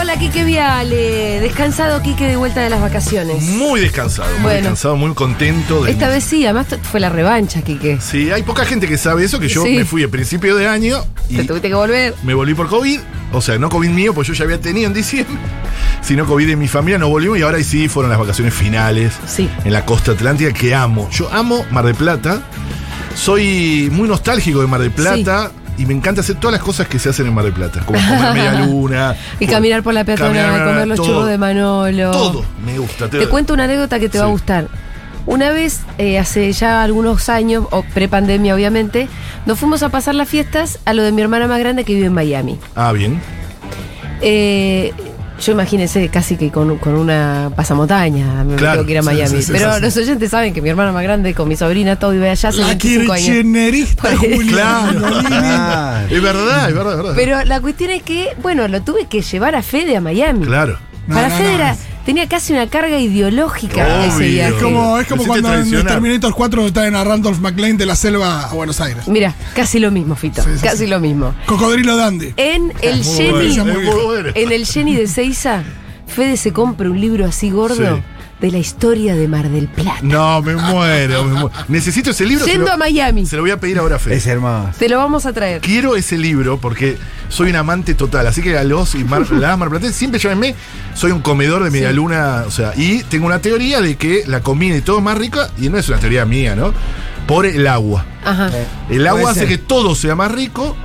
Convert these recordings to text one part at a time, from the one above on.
Hola, Quique Viale. Descansado, Quique, de vuelta de las vacaciones. Muy descansado, muy Bueno. descansado, muy contento. De... Esta vez sí, además t- fue la revancha, Quique. Sí, hay poca gente que sabe eso, que yo Sí. me fui a principio de año y Te tuviste que volver. me volví por COVID. O sea, no COVID mío, pues yo ya había tenido en diciembre, sino COVID de mi familia, no volvimos y ahora sí fueron las vacaciones finales Sí. en la costa atlántica que amo. Yo amo Mar del Plata, soy muy nostálgico de Mar del Plata. Y me encanta hacer todas las cosas que se hacen en Mar del Plata, como comer media luna. Y caminar por la peatonal, caminar, comer los todo, churros de Manolo. Todo me gusta. Te cuento una anécdota que te va a Sí. gustar. Una vez, eh, hace ya algunos años, o prepandemia obviamente, nos fuimos a pasar las fiestas a lo de mi hermana más grande que vive en Miami. Ah, bien. Eh, yo imagínense casi que con, con una pasamontaña me Claro, tengo que ir a sí, Miami. sí, sí, Pero sí, sí. los oyentes saben que mi hermana más grande con mi sobrina todo vive allá hace 25 años. kirchnerista Por- Julián. Es verdad, es verdad, es verdad. Pero la cuestión es que, bueno, lo tuve que llevar a Fede a Miami. Claro. No, Para no, Fede no. era- tenía casi una carga ideológica ese Obvio. viaje. Es como, es como Lo hiciste cuando en traicionar. Terminator 4 traen a Randolph McLean de la selva a Buenos Aires. Mira, casi lo mismo, Fito. Sí, sí, casi sí. lo mismo. Cocodrilo Dandy. En el Muy Jenny, bueno, es muy bueno. en el Jenny de Seiza, Fede se compra un libro así gordo Sí. de la historia de Mar del Plata. No, me muero, me muero. Necesito ese libro. se Yendo lo- a Miami. Se lo voy a pedir ahora a Fede. Es hermoso. Te lo vamos a traer. Quiero ese libro porque soy un amante total. Así que a los y Mar, las marplatenses siempre llámenme. Soy un comedor de media luna. O sea, y tengo una teoría de que la comida y todo es más rica. Y no es una teoría mía, ¿no? Por el agua. Ajá. El agua Puede hace ser. que todo sea más rico.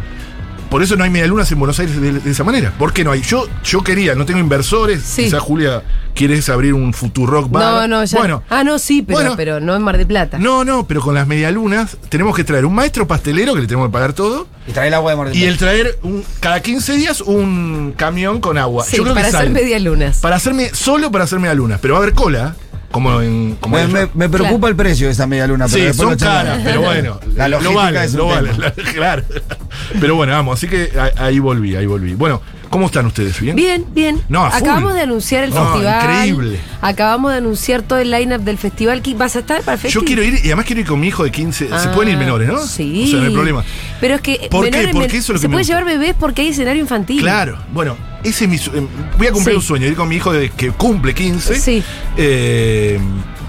Por eso no hay medialunas en Buenos Aires de, de esa manera. ¿Por qué no hay? Yo, yo quería, no tengo inversores. Sí. Quizás Julia quieres abrir un Futurock No, bar. no, ya. Bueno, ah, no, sí, pero, Bueno. pero no en Mar del Plata. no, no, pero con las medialunas tenemos que traer un maestro pastelero que le tenemos que pagar todo. Y trae el agua de Mar del Y el Plata. traer un, cada 15 días un camión con agua. Sí, Yo creo para que hacer sale. medialunas. Para hacerme, solo para hacerme medialunas. Pero va a haber cola, como en. Como Me, en- me- me preocupa el precio de esa media luna. Ah, pero Sí, después son lo charlamos. caras, pero bueno. La lo- lo logística vale, es un lo vale. tema. claro. Pero bueno, vamos, así que a- ahí volví, ahí volví. Bueno, ¿cómo están ustedes? ¿Bien? Bien, bien. No, a full. Acabamos de anunciar el No, festival. increíble. Acabamos de anunciar todo el line-up del festival. ¿Qué- ¿Vas a estar para el Yo festival? quiero ir, y además quiero ir con mi hijo de 15. se Ah, pueden ir menores, ¿no? Sí. O sea, no hay problema. Pero es que ¿Por qué? menores, Porque men- eso es lo que se me puede gusta. llevar bebés porque hay escenario infantil. Claro, bueno, ese es mi su- eh, Voy a cumplir Sí. un sueño, ir con mi hijo de, que cumple 15. Sí. Eh,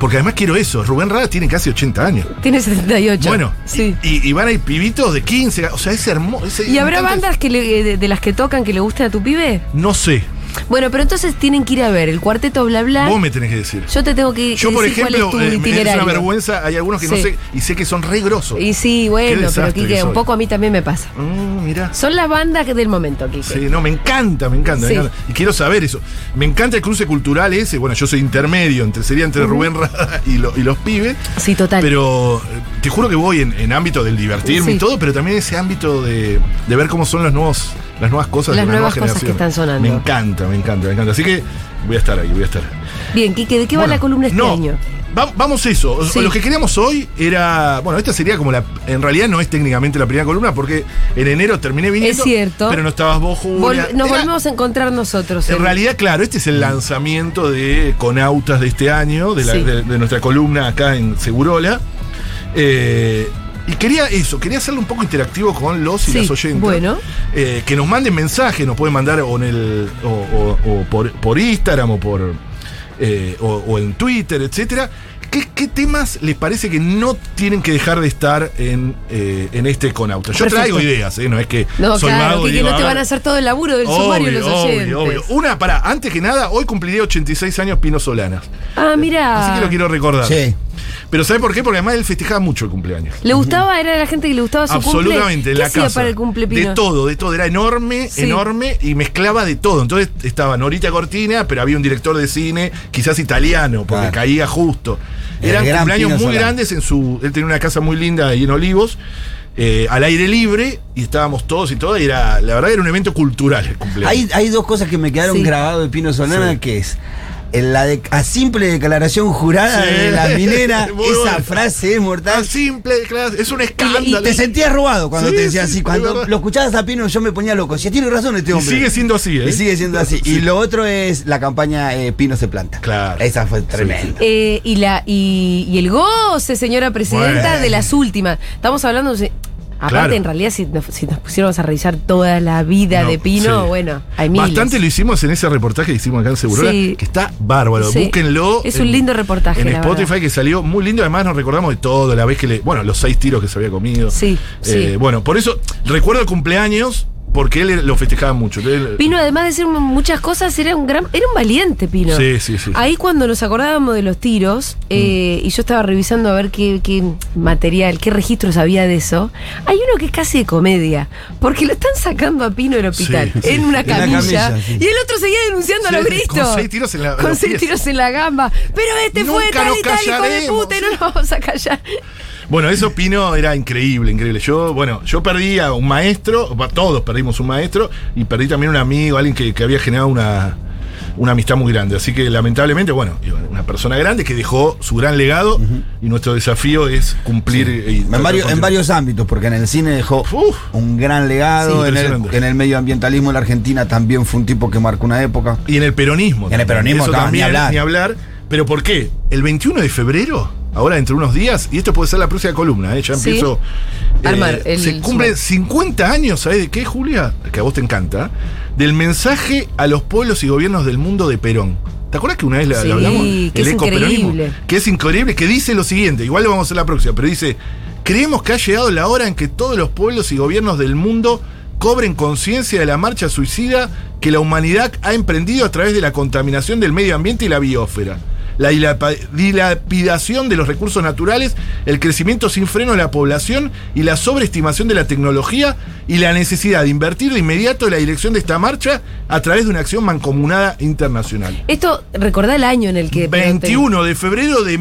porque además quiero eso. Rubén Rada tiene casi 80 años. Tiene 78. Bueno, Sí. y, y van a ir pibitos de 15. O sea, es hermoso. es- ¿Y, habrá me encanta. bandas que le- eh, de, de las que tocan que le gusten a tu pibe? No sé, Bueno, pero entonces tienen que ir a ver el cuarteto bla bla. vos me tenés que decir. Yo te tengo que Yo, por decir ejemplo, cuál eh, es tu me- es itinerario. una vergüenza. Hay algunos que Sí. no sé y sé que son re grosos. Y sí, bueno, pero desastre que Quique, un soy. poco a mí también me pasa. Mm, mirá. Son las bandas que- del momento, Quique. Sí, no, me encanta, me encanta, me Sí. encanta. Y quiero saber eso. Me encanta el cruce cultural ese. Bueno, yo soy intermedio, entre, sería entre Rubén Rada y, lo- y los pibes. Sí, total. Pero eh, te juro que voy en, en ámbito del divertirme Sí. y todo, pero también ese ámbito de, de ver cómo son los nuevos, las nuevas cosas. Las de nuevas cosas que generación. están sonando. Me encanta, me encanta, me encanta. Así que voy a estar ahí, voy a estar. Bien, Quique, ¿de qué va Bueno, la columna este no, año? va- vamos eso. O- Sí. Lo que queríamos hoy era. Bueno, esta sería como la. En realidad no es técnicamente la primera columna porque en enero terminé viniendo. Es cierto. Pero no estabas vos, Vol- Julia. nos Era- volvemos a encontrar nosotros. En el- realidad, claro, este es el lanzamiento de Conautas de este año, de, la- Sí. de- de nuestra columna acá en Segurola. Eh, y quería eso, quería hacerlo un poco interactivo con los y Sí, las oyentes. bueno. Eh, que nos manden mensajes, nos pueden mandar o en el, o, o- o por, por Instagram o por eh, o, o en Twitter, etcétera. ¿Qué, qué temas les parece que no tienen que dejar de estar en, eh, en este Conauta? Yo Perfecto. traigo ideas, ¿eh? no es que No, soy claro, vago y Quique, digo, no te "Ah, van a hacer todo el laburo del sumario los oyentes. Una, para, antes que nada, hoy cumpliría 86 años Pino Solanas. Ah, mira. Así que lo quiero recordar. Sí. Pero ¿sabe por qué? Porque además él festejaba mucho el cumpleaños. ¿Le gustaba? ¿Era la gente que le gustaba su Absolutamente, cumple? en ¿Qué la hacía casa. para el cumple, Pino? De todo, de todo. Era enorme, Sí. enorme y mezclaba de todo. Entonces estaba Norita Cortina, pero había un director de cine, quizás italiano, porque Claro. caía justo. El Eran gran cumpleaños Pino muy Solanas. grandes en su. Él tenía una casa muy linda ahí en Olivos. eh, al aire libre y estábamos todos y todas y era la verdad era un evento cultural el cumpleaños Hay, hay dos cosas que me quedaron Sí. grabadas de Pino Solana, Sí. que es en la de- a simple declaración jurada Sí. de la minera, Muy esa bueno. frase es mortal. Tan simple, claro, es un escándalo. Y, y te sentías robado cuando Sí, te decía sí, así. es Cuando verdad. lo escuchabas a Pino, yo me ponía loco. Si tiene razón este Y hombre. sigue siendo así, ¿eh? Y sigue siendo así. Sí. Y lo otro es la campaña eh, Pino se planta. Claro. Esa fue tremenda. Eh, y, la, y, y el goce, señora presidenta, Bueno. de las últimas. Estamos hablando. de- aparte, Claro. en realidad, si nos, si nos pusiéramos a revisar toda la vida No, de Pino, sí. bueno, hay miles. Bastante lo hicimos en ese reportaje que hicimos acá en Segurola, Sí. que está bárbaro. Sí. Búsquenlo. Es en- un lindo reportaje, En la Spotify verdad. que salió muy lindo. Además, nos recordamos de todo, la vez que le. Bueno, los seis tiros que se había comido. Sí, Eh, sí. Bueno, por eso recuerdo el cumpleaños, porque él lo festejaba mucho. Él- Pino, además de ser mu- muchas cosas, era un gran, era un valiente Pino. Sí, sí, sí. Mm. Ahí cuando nos acordábamos de los tiros, eh, y yo estaba revisando a ver qué, qué material, qué registros había de eso, hay uno que es casi de comedia, porque lo están sacando a Pino del hospital, Sí, sí. en una En la camilla, camilla, sí. y el otro seguía denunciando Sí, a los con gritos. seis tiros en la- Con los seis pies. tiros en la gamba. Pero este fue Nunca tal nos y tal hijo de callaremos. puta, y no nos vamos a callar. Bueno, eso Pino era increíble, increíble. Yo, bueno, yo perdí a un maestro, va, todos perdimos un maestro, y perdí también un amigo, alguien que, que había generado una, una amistad muy grande. Así que lamentablemente, bueno, una persona grande que dejó su gran legado y nuestro desafío es cumplir. y tratar En de varios, en continuar. varios ámbitos, porque en el cine dejó Uf. un gran legado, Sí, en, el, impresionante. en el medioambientalismo en la Argentina también fue un tipo que marcó una época. Y en el peronismo. En el también. peronismo, Eso claro, también, ni hablar. Pero ¿por qué? El 21 de febrero, ahora entre unos días, y esto puede ser la próxima columna, ¿eh? ya Sí. empiezo. Armar el- se cumplen 50 años, ¿sabes de qué, Julia? Que a vos te encanta. Del mensaje a los pueblos y gobiernos del mundo de Perón. ¿Te acuerdas que una vez la, Sí, la hablamos? que es ecoperonismo. increíble. Que es increíble, que dice lo siguiente, igual lo vamos a hacer la próxima, pero dice, creemos que ha llegado la hora en que todos los pueblos y gobiernos del mundo cobren conciencia de la marcha suicida que la humanidad ha emprendido a través de la contaminación del medio ambiente y la biosfera. La dilapa- dilapidación de los recursos naturales, el crecimiento sin freno de la población y la sobreestimación de la tecnología y la necesidad de invertir de inmediato en la dirección de esta marcha a través de una acción mancomunada internacional. Esto, recordá el año en el que. Pino te- 21 de febrero de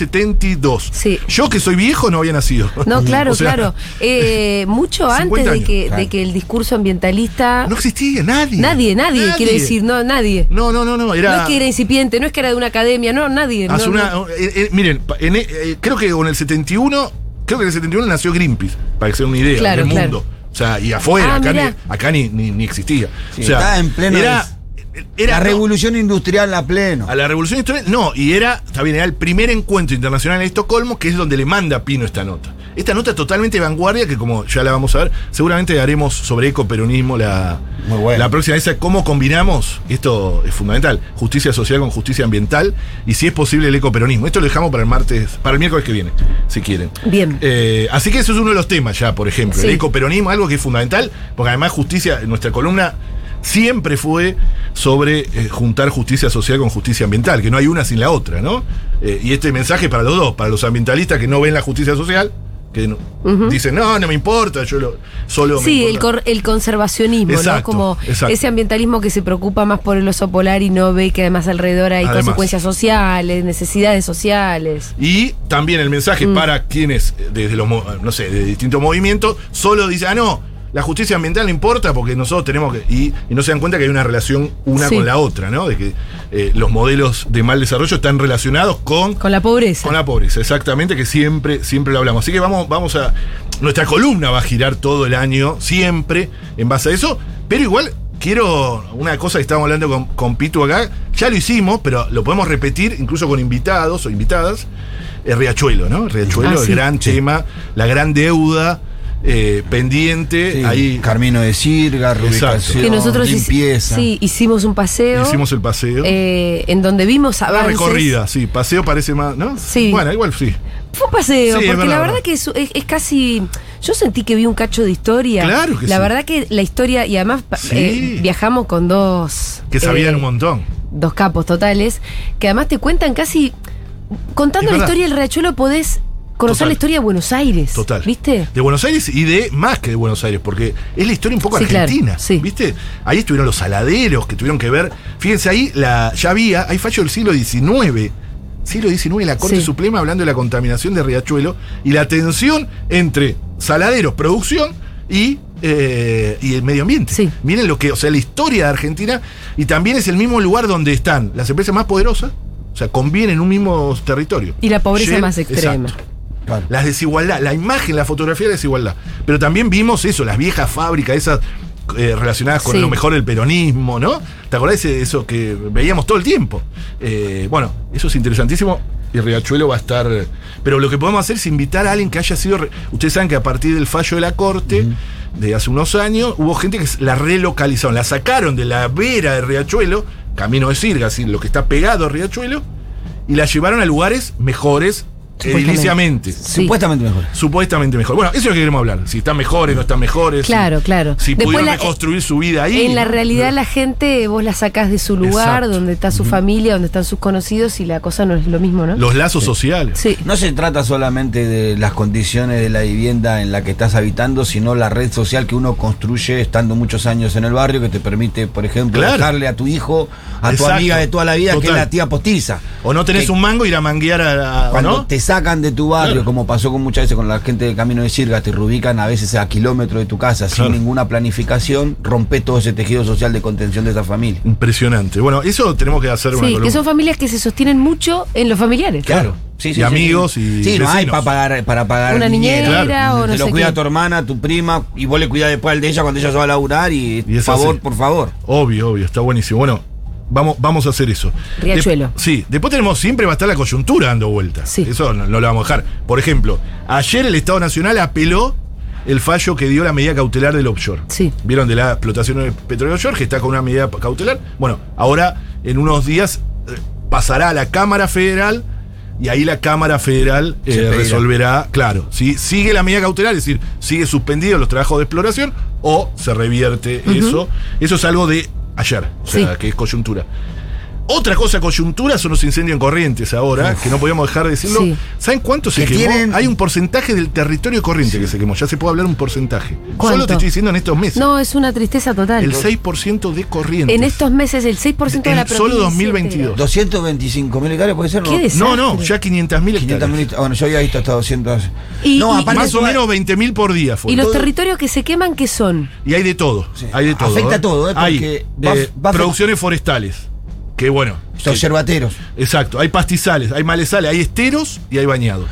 1972. Sí. Yo que soy viejo no había nacido. No, claro, O sea, claro. Eh, mucho 50 antes de años, que, claro. de que el discurso ambientalista. No existía nadie. nadie, nadie, quiere decir, no, nadie. No, no, no, no. Era. No es que era incipiente, no es que era de una academia, no, nadie. hace no, una- no. eh, eh, miren, pa- en, eh, eh, creo que en el 71. Creo que en el 71 nació Greenpeace, para que sea una idea, Claro, en el claro. mundo. O sea, y afuera, Ah, acá, ni, mirá. acá ni, ni- ni existía. Sí, o sea, estaba en pleno Era. era la no, revolución industrial a pleno. A la Revolución Industrial, no, y era, está bien, era el primer encuentro internacional en Estocolmo, que es donde le manda Pino esta nota. Esta nota totalmente vanguardia, que como ya la vamos a ver, seguramente haremos sobre ecoperonismo la, Muy bueno. la próxima vez, cómo combinamos, esto es fundamental, justicia social con justicia ambiental, y si es posible el ecoperonismo. Esto lo dejamos para el martes, para el miércoles que viene, si quieren. Bien. Eh, así que eso es uno de los temas ya, por ejemplo, Sí. el ecoperonismo, algo que es fundamental, porque además justicia, en nuestra columna siempre fue sobre eh, juntar justicia social con justicia ambiental, que no hay una sin la otra, ¿no? Eh, y este mensaje para los dos, para los ambientalistas que no ven la justicia social, que no- dicen, no, no me importa, yo lo, solo... me Sí, el, importa". cor- el conservacionismo, ¿no? Exacto, Como exacto. ese ambientalismo que se preocupa más por el oso polar y no ve que además alrededor hay Además. consecuencias sociales, necesidades sociales. Y también el mensaje para quienes, eh, desde los, mo- no sé, de distintos movimientos, solo dicen, ah, no, la justicia ambiental no importa porque nosotros tenemos que. Y, y no se dan cuenta que hay una relación una Sí. con la otra, ¿no? De que eh, los modelos de mal desarrollo están relacionados con. Con la pobreza. Con la pobreza, exactamente, que siempre, siempre lo hablamos. Así que vamos, vamos a. Nuestra columna va a girar todo el año, siempre, en base a eso. Pero igual, quiero. Una cosa que estábamos hablando con, con Pitu acá, ya lo hicimos, pero lo podemos repetir, incluso con invitados o invitadas. El Riachuelo, ¿no? Riachuelo, Ah, el sí. gran tema, la gran deuda eh, pendiente. Sí, ahí Carmino de Sirga, reubicación, que nosotros hici- limpieza. sí, hicimos un paseo hicimos el paseo. eh, en donde vimos una avances. recorrida, sí. Paseo parece más, ¿no? Sí. Bueno, igual sí. Fue un paseo, Sí, es porque verdad, la verdad verdad. que es, es- es casi. Yo sentí que vi un cacho de historia. Claro que La sí. verdad que la historia, y además pa- Sí. eh, viajamos con dos. Que sabían eh, un montón. Dos capos totales, que además te cuentan casi. Contando Es la verdad. historia del Riachuelo podés conocer Total. la historia de Buenos Aires. Total. ¿Viste? De Buenos Aires y de más que de Buenos Aires, porque es la historia un poco Sí, claro, argentina. sí. ¿Viste? Ahí estuvieron los saladeros que tuvieron que ver. Fíjense, ahí la, ya había, hay fallo del siglo XIX. Siglo XIX, la Corte Sí. Suprema hablando de la contaminación de Riachuelo y la tensión entre saladeros, producción y eh, y el medio ambiente. Sí. Miren lo que, o sea, la historia de Argentina y también es el mismo lugar donde están las empresas más poderosas, o sea, convienen en un mismo territorio. Y la pobreza Shell, más extrema. exacto. Las desigualdad, la imagen, la fotografía de la desigualdad. Pero también vimos eso, las viejas fábricas, esas eh, relacionadas con Sí. lo mejor del peronismo, ¿no? ¿Te acordás de eso que veíamos todo el tiempo? Eh, bueno, eso es interesantísimo. Y Riachuelo va a estar. Pero lo que podemos hacer es invitar a alguien que haya sido. re- Ustedes saben que a partir del fallo de la corte de hace unos años, hubo gente que la relocalizaron, la sacaron de la vera de Riachuelo, camino de Sirga, así, lo que está pegado a Riachuelo, y la llevaron a lugares mejores Supuestamente. ediliciamente Sí. Supuestamente mejor. supuestamente mejor. Bueno, eso es lo que queremos hablar. Si están mejores, no están mejores. Claro, si, claro. Si Después pudieron la- reconstruir su vida ahí. En la realidad la gente vos la sacás de su lugar, Exacto. donde está su familia, donde están sus conocidos y la cosa no es lo mismo, ¿no? Los lazos sociales. Sí. No se trata solamente de las condiciones de la vivienda en la que estás habitando, sino la red social que uno construye estando muchos años en el barrio, que te permite, por ejemplo, Claro. dejarle a tu hijo, a Exacto. tu amiga de toda la vida, que Total. es la tía postiza. O no tenés Que un mango ir a manguear a, a- Cuando ¿no? te sacan de tu barrio, Claro. como pasó con muchas veces con la gente del Camino de Sirga, te reubican a veces a kilómetros de tu casa Claro. sin ninguna planificación, rompe todo ese tejido social de contención de esa familia. Impresionante. Bueno, eso tenemos que hacer una Sí, que columna. son familias que se sostienen mucho en los familiares. Claro. Y amigos y Sí, no hay vecinos. para pagar, para pagar Una niñera. niñera Claro. o no Te lo sé cuida qué. tu hermana, tu prima, y vos le cuidás después al de ella cuando ella se va a laburar y, Y por es favor, así. por favor. Obvio, obvio, está buenísimo. Bueno, vamos, vamos a hacer eso. Riachuelo. Dep- sí, después tenemos, siempre va a estar la coyuntura dando vueltas. Sí. Eso no, no lo vamos a dejar. Por ejemplo, ayer el Estado Nacional apeló el fallo que dio la medida cautelar del offshore. Sí. Vieron de la explotación del petróleo offshore, que está con una medida cautelar. Bueno, ahora en unos días eh, pasará a la Cámara Federal. Y ahí la Cámara Federal eh, Se pedirá. resolverá, claro, si sigue la medida cautelar, es decir, sigue suspendido los trabajos de exploración o se revierte eso. Eso es algo de ayer, o sea, Sí. que es coyuntura. Otra cosa coyuntura son los incendios en corrientes ahora, que no podíamos dejar de decirlo. Sí. ¿Saben cuánto se Que quemó? tienen- Hay un porcentaje del territorio de corriente que se quemó. Ya se puede hablar un porcentaje. ¿Cuánto? Solo te estoy diciendo en estos meses. No, es una tristeza total. el 6% de corriente. en estos meses el 6% de En la provincia. solo 2022. 225 mil hectáreas puede ser, ¿no? ¿Qué decís? No, no, ya 500.000 500 hectáreas. mil hectáreas. Bueno, yo había visto hasta 200. Y- no, y- aparte. Más o toda- menos 20.000 por día fue. Y los territorios que se queman, ¿qué son? Y hay de todo. Sí. Hay de todo. Afecta todo, ¿eh? Hay Porque va- eh, va a afect- producciones forestales. Que bueno. Son que- yerbateros. exacto. Hay pastizales, hay malezales, hay esteros y hay bañados.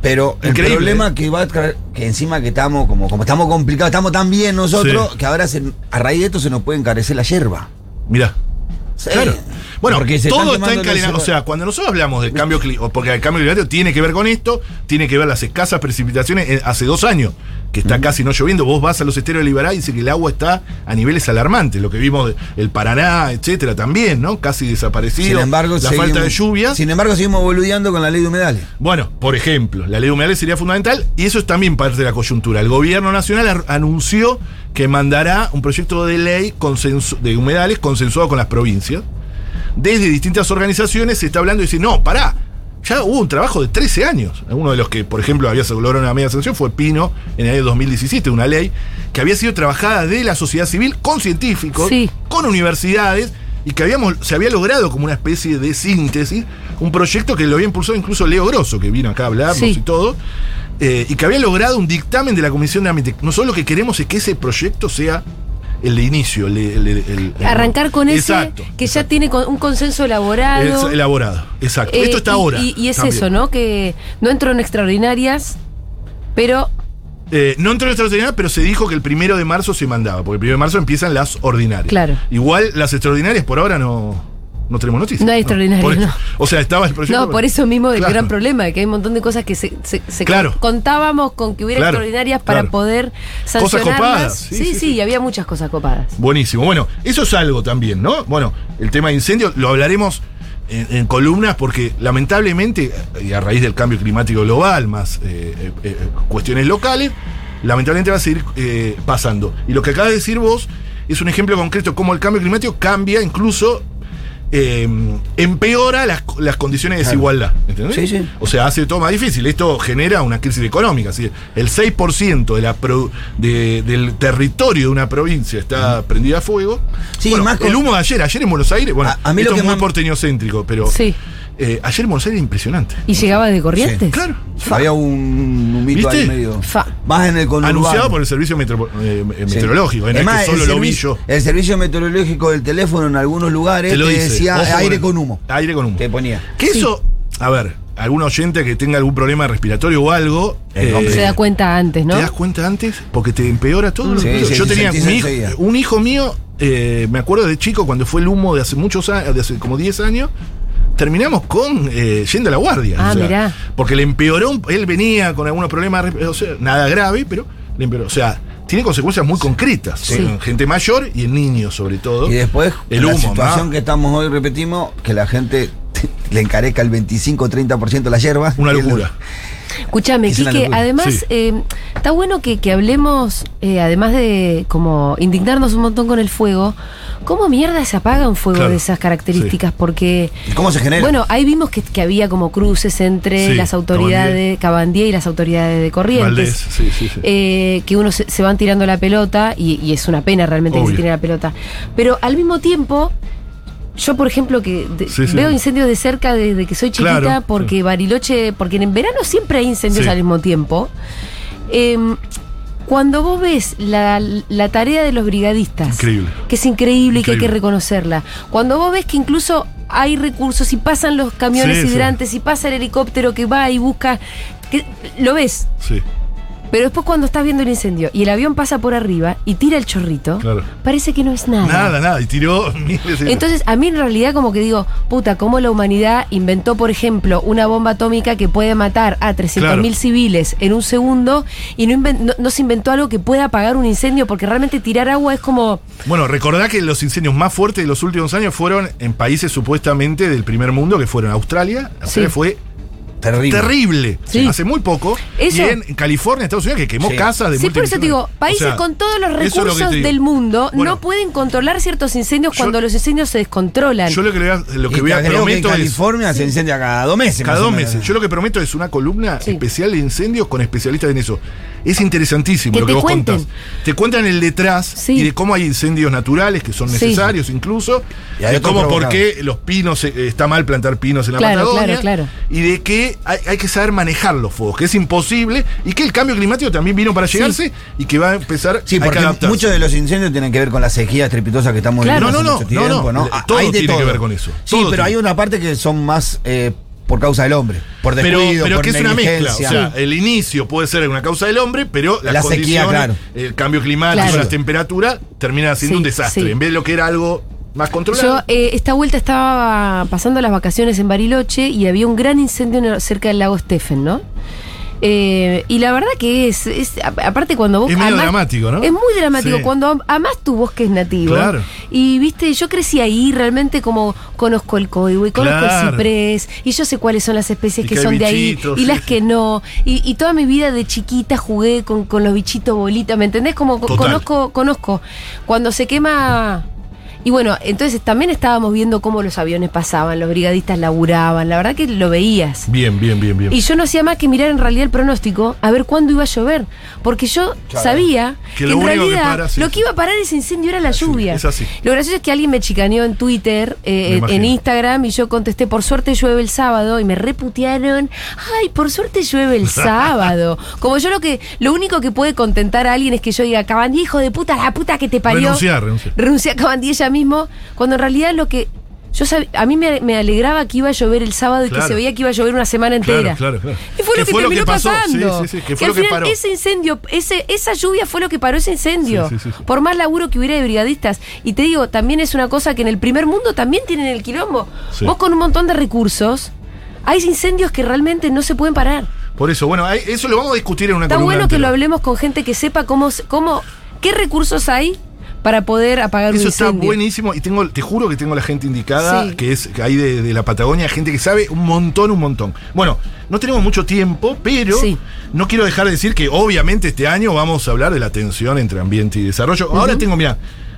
Pero Increíble. el problema que va a traer- que encima que estamos, como, como estamos complicados, estamos tan bien nosotros, Sí. que ahora se- a raíz de esto se nos puede encarecer la yerba. Mirá. Sí. Claro. Bueno, se están todo está quemando los encadenado. O yerba- sea, cuando nosotros hablamos de cambio climático, porque el cambio climático tiene que ver con esto, tiene que ver las escasas precipitaciones eh, hace dos años, que está casi no lloviendo. Vos vas a los esteros de Liberá y dice que el agua está a niveles alarmantes. Lo que vimos del Paraná, etcétera, también, ¿no? Casi desaparecido. sin embargo, la seguimos- falta de lluvias. Sin embargo, seguimos boludeando con la ley de humedales. Bueno, por ejemplo, la ley de humedales sería fundamental y eso es también parte de la coyuntura. El gobierno nacional ar- anunció que mandará un proyecto de ley consensu- de humedales consensuado con las provincias. Desde distintas organizaciones se está hablando y dice, no, pará, ya hubo un trabajo de 13 años. Uno de los que, por ejemplo, había logrado una media sanción fue Pino en el año 2017, una ley que había sido trabajada de la sociedad civil con científicos, Sí. con universidades y que habíamos, se había logrado como una especie de síntesis, un proyecto que lo había impulsado incluso Leo Grosso, que vino acá a hablarnos Sí. y todo, eh, y que había logrado un dictamen de la Comisión de Ambiente. Nosotros lo que queremos es que ese proyecto sea el de inicio, el de- el de- el- el- Arrancar con ese Exacto, que ya exacto. tiene con- un consenso elaborado. Es elaborado, exacto. Eh, Esto está y- ahora. Y, y es también. eso, ¿no? Que no entró en extraordinarias, pero Eh, no entró en extraordinaria, pero se dijo que el primero de marzo se mandaba, porque el primero de marzo empiezan las ordinarias. Claro. Igual las extraordinarias por ahora no, no tenemos noticias. No hay extraordinarias, Por- no. O sea, estaba el proyecto. No, por eso mismo del Claro. gran problema, de que hay un montón de cosas que se, se- se Claro. contábamos con que hubiera Claro, extraordinarias claro. para poder Cosas sancionarlas. copadas, sí, Sí sí, sí, sí. y había muchas cosas copadas. Buenísimo. Bueno, eso es algo también, ¿no? Bueno, el tema de incendios lo hablaremos en, en columnas porque lamentablemente, eh, y a raíz del cambio climático global, más eh, eh, eh, cuestiones locales, lamentablemente va a seguir eh, pasando. Y lo que acaba de decir vos es un ejemplo concreto cómo el cambio climático cambia incluso... eh, empeora las, las condiciones de desigualdad. ¿entendés? Sí, sí. O sea, hace todo más difícil. Esto genera una crisis económica. Así que el 6% de la pro- de- del territorio de una provincia está prendida a fuego. Sí, Bueno, más con- el humo de ayer, ayer en Buenos Aires, bueno, A- a mí esto lo que es muy más- porteñocéntrico, pero Sí. eh, ayer en Buenos Aires impresionante. ¿Y llegaba de corrientes? Claro. Había un humito ¿Viste? ahí medio. Fa. Más en el conurbano. Anunciado por el servicio metro- eh, eh, Sí. meteorológico, eh, no Es es más, que solo el lo vi servi- yo. El servicio meteorológico del teléfono en algunos lugares Te te, lo dice. decía Ojo con aire el- con humo. Aire con humo. Te ponía. Que eso, a ver, algún oyente que tenga algún problema respiratorio o algo. Eh, eh, Se da cuenta antes, ¿no? ¿Te das cuenta antes? Porque te empeora todo. lo Mm. Sí, que- sí, Yo sí, tenía sentís mi hijo- enseguida. un hijo mío, eh, me acuerdo de chico, cuando fue el humo de hace muchos años, de hace como 10 años, terminamos con eh, yendo a la guardia. Ah, mirá. Porque le empeoró, un- él venía con algunos problemas, resp- o sea, nada grave, pero le empeoró. O sea, tiene consecuencias muy concretas. Sí. en gente mayor y en niños, sobre todo. Y después, el la humo, situación ¿no? que estamos hoy, repetimos, que la gente le encarezca el 25-30% la hierba. Una locura. Escúchame, Es una Quique, locura. además, Sí. eh, está bueno que, que hablemos, eh, además de como indignarnos un montón con el fuego, ¿cómo mierda se apaga un fuego Claro. de esas características? Porque, ¿Y ¿Cómo se genera? bueno, ahí vimos que, que había como cruces entre Sí, las autoridades, Cabandía. y las autoridades de Corrientes. Valdés, sí, sí, sí. eh, que uno se, se van tirando la pelota y, y es una pena realmente que Obvio. se tire la pelota. Pero al mismo tiempo, yo por ejemplo que de- Sí, sí. veo incendios de cerca desde que soy chiquita Claro. porque Bariloche, porque en verano siempre hay incendios Sí. al mismo tiempo. Em, cuando vos ves la, la tarea de los brigadistas, Increíble. que es increíble, y que hay que Increíble. reconocerla, cuando vos ves que incluso hay recursos y pasan los camiones Sí, sí. hidrantes y pasa el helicóptero que va y busca, que lo ves, Sí, pero después cuando estás viendo el incendio y el avión pasa por arriba y tira el chorrito, Claro. parece que no es nada. Nada, nada. Y tiró miles de- Entonces, a mí en realidad como que digo, puta, cómo la humanidad inventó, por ejemplo, una bomba atómica que puede matar a 300.000 Claro. civiles en un segundo y no, inven- no- no se inventó algo que pueda apagar un incendio porque realmente tirar agua es como... Bueno, recordá que los incendios más fuertes de los últimos años fueron en países supuestamente del primer mundo, que fueron Australia. Australia Sí. fue terrible. terrible. Sí. Hace muy poco. Eso- Y en California, Estados Unidos, que quemó Sí. casas de Sí, por eso te digo, multinacionales. países O sea, con todos los eso es lo que recursos te digo. del mundo Bueno, no pueden controlar ciertos incendios yo- cuando los incendios se descontrolan. Yo lo que, le voy a- lo Y que te voy a agrego que en prometo es. California se incendia cada dos meses. Cada más o dos menos. meses. Yo lo que prometo es una columna Sí. especial de incendios con especialistas en eso. Es interesantísimo Que lo que te vos cuenten. contás. Te cuentan el detrás Sí. y de cómo hay incendios naturales que son Sí. necesarios incluso, Y hay de otros cómo por provocados. qué los pinos, eh, está mal plantar pinos en la Claro, Patagonia, claro, claro. y de que hay, hay que saber manejar los fuegos, que es imposible, y que el cambio climático también vino para llegarse y que va a empezar Sí, hay que porque adaptarse. muchos de los incendios tienen que ver con las sequías trepitosas que estamos Claro. viviendo No, no, hace no, mucho no, tiempo, no. ¿no? Eh, todo tiene que ver con eso. Sí, Todo tiene. pero hay una parte que son más eh, por causa del hombre, por pero, descuido, pero por que es una mezcla. O negligencia. sea, eh, el inicio puede ser una causa del hombre, pero las La condiciones, sequía, claro. el cambio climático, Claro. las temperaturas, termina siendo Sí, un desastre. sí. En vez de lo que era algo más controlado. Yo eh, esta vuelta estaba pasando las vacaciones en Bariloche y había un gran incendio en el- cerca del lago Steffen, ¿no? Eh, y la verdad que es, es- a- aparte cuando vos Es medio amás- dramático, ¿no? Es muy dramático Sí. cuando am- amás tu bosque es nativo. Claro. Y viste, yo crecí ahí realmente como conozco el coigüe, conozco el Claro. ciprés y yo sé cuáles son las especies Y que, que hay son de bichitos, ahí y sí, las sí. que no. Y, y toda mi vida de chiquita jugué con, con los bichitos bolitas, ¿me entendés? Como co- Total. conozco, conozco. Cuando se quema y bueno, entonces también estábamos viendo cómo los aviones pasaban, los brigadistas laburaban, la verdad que lo veías. Bien, bien, bien, bien. Y yo no hacía más que mirar en realidad el pronóstico a ver cuándo iba a llover, porque yo Claro. sabía que, Que lo en único que realidad para, sí, lo sí. que iba a parar ese incendio era la lluvia. es así. Lo gracioso es que alguien me chicaneó en Twitter, eh, Me en- en imagino. Instagram, y yo contesté, por suerte llueve el sábado, y me reputearon, ay, por suerte llueve el sábado. Como yo lo que, lo único que puede contentar a alguien es que yo diga, cabandí, hijo de puta, la puta que te parió. Renunciar, renunciar. Renunciar a Cabandí ella mismo, cuando en realidad lo que... Yo sab- a mí me, me alegraba que iba a llover el sábado y que Claro. se veía que iba a llover una semana Claro, entera. claro, claro. Y fue lo Que que fue lo terminó que pasó, pasando. sí, sí, sí, que fue al lo que final paró. ese incendio, ese, esa lluvia fue lo que paró ese incendio. Sí, sí, sí, sí. Por más laburo que hubiera de brigadistas. Y te digo, también es una cosa que en el primer mundo también tienen el quilombo. Sí. Vos con un montón de recursos, hay incendios que realmente no se pueden parar. Por eso, bueno, hay- eso lo vamos a discutir en una Está columna bueno que entera. lo hablemos con gente que sepa cómo, se- cómo qué recursos hay para poder apagar un Eso está incendio. buenísimo y tengo, te juro que tengo la gente indicada, Sí. que es que ahí de, de la Patagonia, gente que sabe un montón, un montón. Bueno, no tenemos mucho tiempo, pero Sí. no quiero dejar de decir que obviamente este año vamos a hablar de la tensión entre ambiente y desarrollo. Ahora tengo, mira,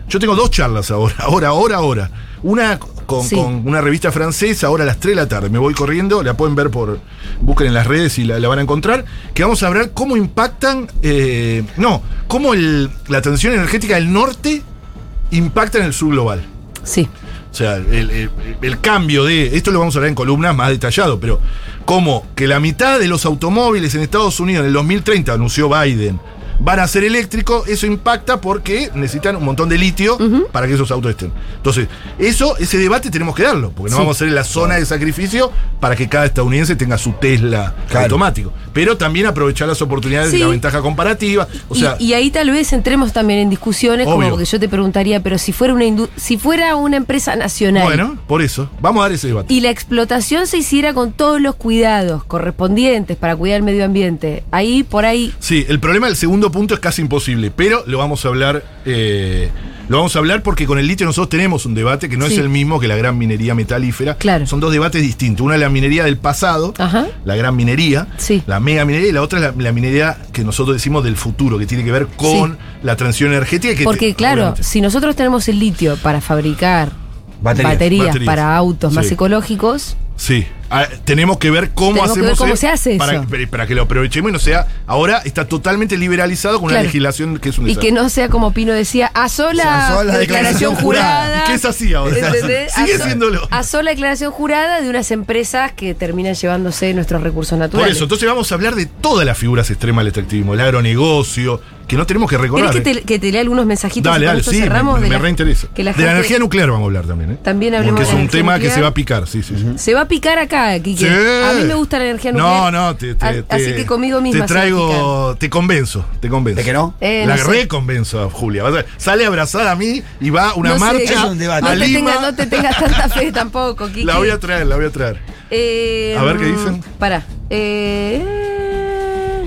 yo tengo dos charlas ahora, ahora, ahora, ahora. Una con, Sí. con una revista francesa, ahora a las 3 de la tarde. Me voy corriendo, la pueden ver por. Busquen en las redes y la, la van a encontrar. Que vamos a hablar cómo impactan. eh, no, cómo el- la tensión energética del norte impacta en el sur global. Sí. O sea, el, el- el cambio de. Esto lo vamos a hablar en columnas más detallado, pero como que la mitad de los automóviles en Estados Unidos en el 2030, anunció Biden, van a ser eléctricos, eso impacta porque necesitan un montón de litio para que esos autos estén. Entonces, eso, ese debate tenemos que darlo, porque no Sí. vamos a ser la zona de sacrificio para que cada estadounidense tenga su Tesla Claro. automático. Pero también aprovechar las oportunidades Sí. de la ventaja comparativa. O Y- sea, y, ahí tal vez entremos también en discusiones, Obvio. como que yo te preguntaría, pero si fuera una indu- si fuera una empresa nacional bueno, por eso, vamos a dar ese debate. y la explotación se hiciera con todos los cuidados correspondientes para cuidar el medio ambiente, ahí por ahí Sí, el problema del segundo punto es casi imposible, pero lo vamos a hablar. eh, lo vamos a hablar porque con el litio nosotros tenemos un debate que no Sí. es el mismo que la gran minería metalífera. Claro. Son dos debates distintos. Una es la minería del pasado, Ajá. la gran minería, Sí. la mega minería, y la otra es la, la minería que nosotros decimos del futuro, que tiene que ver con Sí. la transición energética. Que Porque te- claro, obviamente. si nosotros tenemos el litio para fabricar baterías, Baterías. Baterías. para autos más Sí. ecológicos, Sí, Ah, tenemos que ver cómo Tenemos que hacemos ver cómo eh, se hace para, eso. para- para que lo aprovechemos y no sea. Ahora está totalmente liberalizado con Claro. una legislación que es un y desastre. que no sea como Pino decía, a sola, A sola declaración declaración jurada. jurada. ¿Qué es así ahora? ¿Entendés? Sigue A so- siéndolo. A sola declaración jurada de unas empresas que terminan llevándose nuestros recursos Por naturales. eso, entonces vamos a hablar de todas las figuras extremas del extractivismo, el agronegocio, que no tenemos que ¿Querés recordar. que ¿eh? te, que te lea algunos mensajitos? y Dale, con dale, esto sí, me, cerramos me la- reinteresa. que la de la gente- energía nuclear vamos a hablar también, ¿eh? También hablemos Porque es de un energía tema que nuclear. se va a picar, sí, sí. sí. Se va a picar acá, Kike. A mí me gusta la energía nuclear. No, no, te, te- A- Así te- que conmigo misma. Te se va a picar. traigo, te convenzo, te convenzo. ¿De que no? Eh, la no sé. reconvenzo a Julia. Vas a- Sale a abrazar a mí y va a una No sé, marcha Es un debate. No a te, Lima. tengas, no te tengas tanta fe tampoco, Kike. La voy a traer, la voy a traer. Eh, A ver qué mm, dicen. Pará. Eh,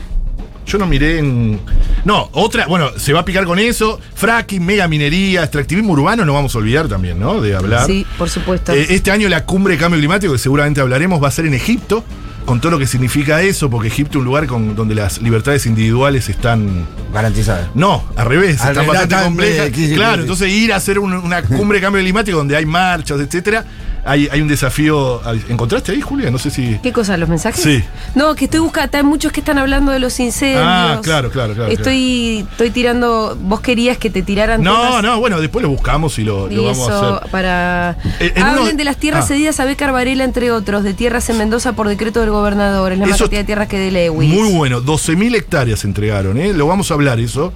Yo no miré en. No, otra, bueno, se va a picar con eso. Fracking, mega minería, extractivismo urbano, no vamos a olvidar también, ¿no? De hablar. Sí, por supuesto. Eh, este año la cumbre de cambio climático, que seguramente hablaremos, va a ser en Egipto, con todo lo que significa eso, porque Egipto es un lugar con, donde las libertades individuales están. Garantizada. No, al revés, Al están revés, bastante tan, complejas. eh, sí, sí, claro, sí. entonces ir a hacer un- una cumbre de cambio climático donde hay marchas, etcétera, hay, hay un desafío. ¿Encontraste ahí, Julia? No sé si. ¿Qué cosa? ¿Los mensajes? Sí. No, que estoy buscando. Hay muchos que están hablando de los incendios. Ah, claro, claro, claro, Estoy, estoy tirando. Vos querías que te tiraran. No, temas no, bueno, después lo buscamos y lo, Y lo vamos a eso hacer. para. Eh, en Hablen uno- de las tierras Ah. cedidas a Becar Varela, entre otros, de tierras en Mendoza por decreto del gobernador. Es la más Eso- cantidad de tierras que de Lewis. Muy bueno, 12.000 hectáreas entregaron, ¿eh? Lo vamos a hablar eso.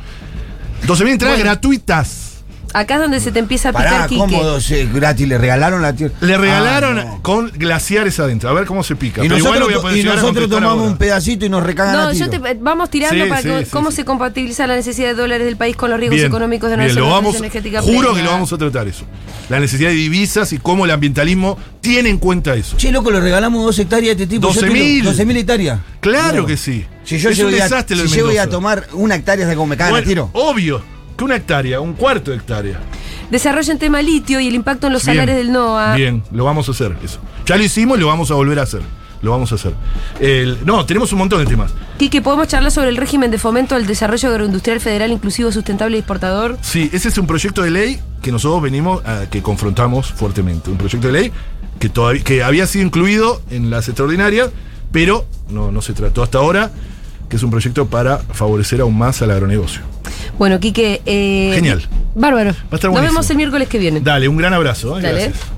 12.000 entradas gratuitas. Acá es donde se te empieza a picar Pará, Quique. ¿cómo dos, eh, gratis? ¿Le regalaron la tierra? Le Ah, regalaron no. con glaciares adentro. A ver cómo se pica. Y Pero igual nosotros, lo voy a poder y llegar a nosotros contestar tomamos ahora. un pedacito y nos recagan a No, tiro. yo te, vamos tirando Sí, para que- sí, sí, cómo sí. se compatibiliza la necesidad de dólares del país con los riesgos Bien, económicos de bien, nuestra lo transición vamos, energética. Juro plena. que lo vamos a tratar eso. La necesidad de divisas y cómo el ambientalismo tiene en cuenta eso. Che, loco, le regalamos dos hectáreas a este tipo. Yo 12.000. tiro 12.000 hectáreas. Claro Claro. que sí. Si yo, es llego un y a- desastre lo si de llego y a Mendoza. tomar una hectárea, es como me cagan a Bueno, tiro. Obvio, que una hectárea, un cuarto de hectárea. Desarrollo en tema litio y el impacto en los Bien, salarios del NOA. Bien, lo vamos a hacer eso. Ya lo hicimos y lo vamos a volver a hacer. Lo vamos a hacer. El- no, tenemos un montón de temas. Quique, podemos charlar sobre el régimen de fomento al desarrollo agroindustrial federal inclusivo, sustentable y exportador. Sí, ese es un proyecto de ley que nosotros venimos, a, que confrontamos fuertemente. Un proyecto de ley que, todavía, que había sido incluido en las extraordinarias, pero no, no se trató hasta ahora, que es un proyecto para favorecer aún más al agronegocio. Bueno, Quique. eh, Genial. Bárbaro. estar Nos buenísimo. vemos el miércoles que viene. Dale, un gran abrazo. ¿eh? Dale. Gracias.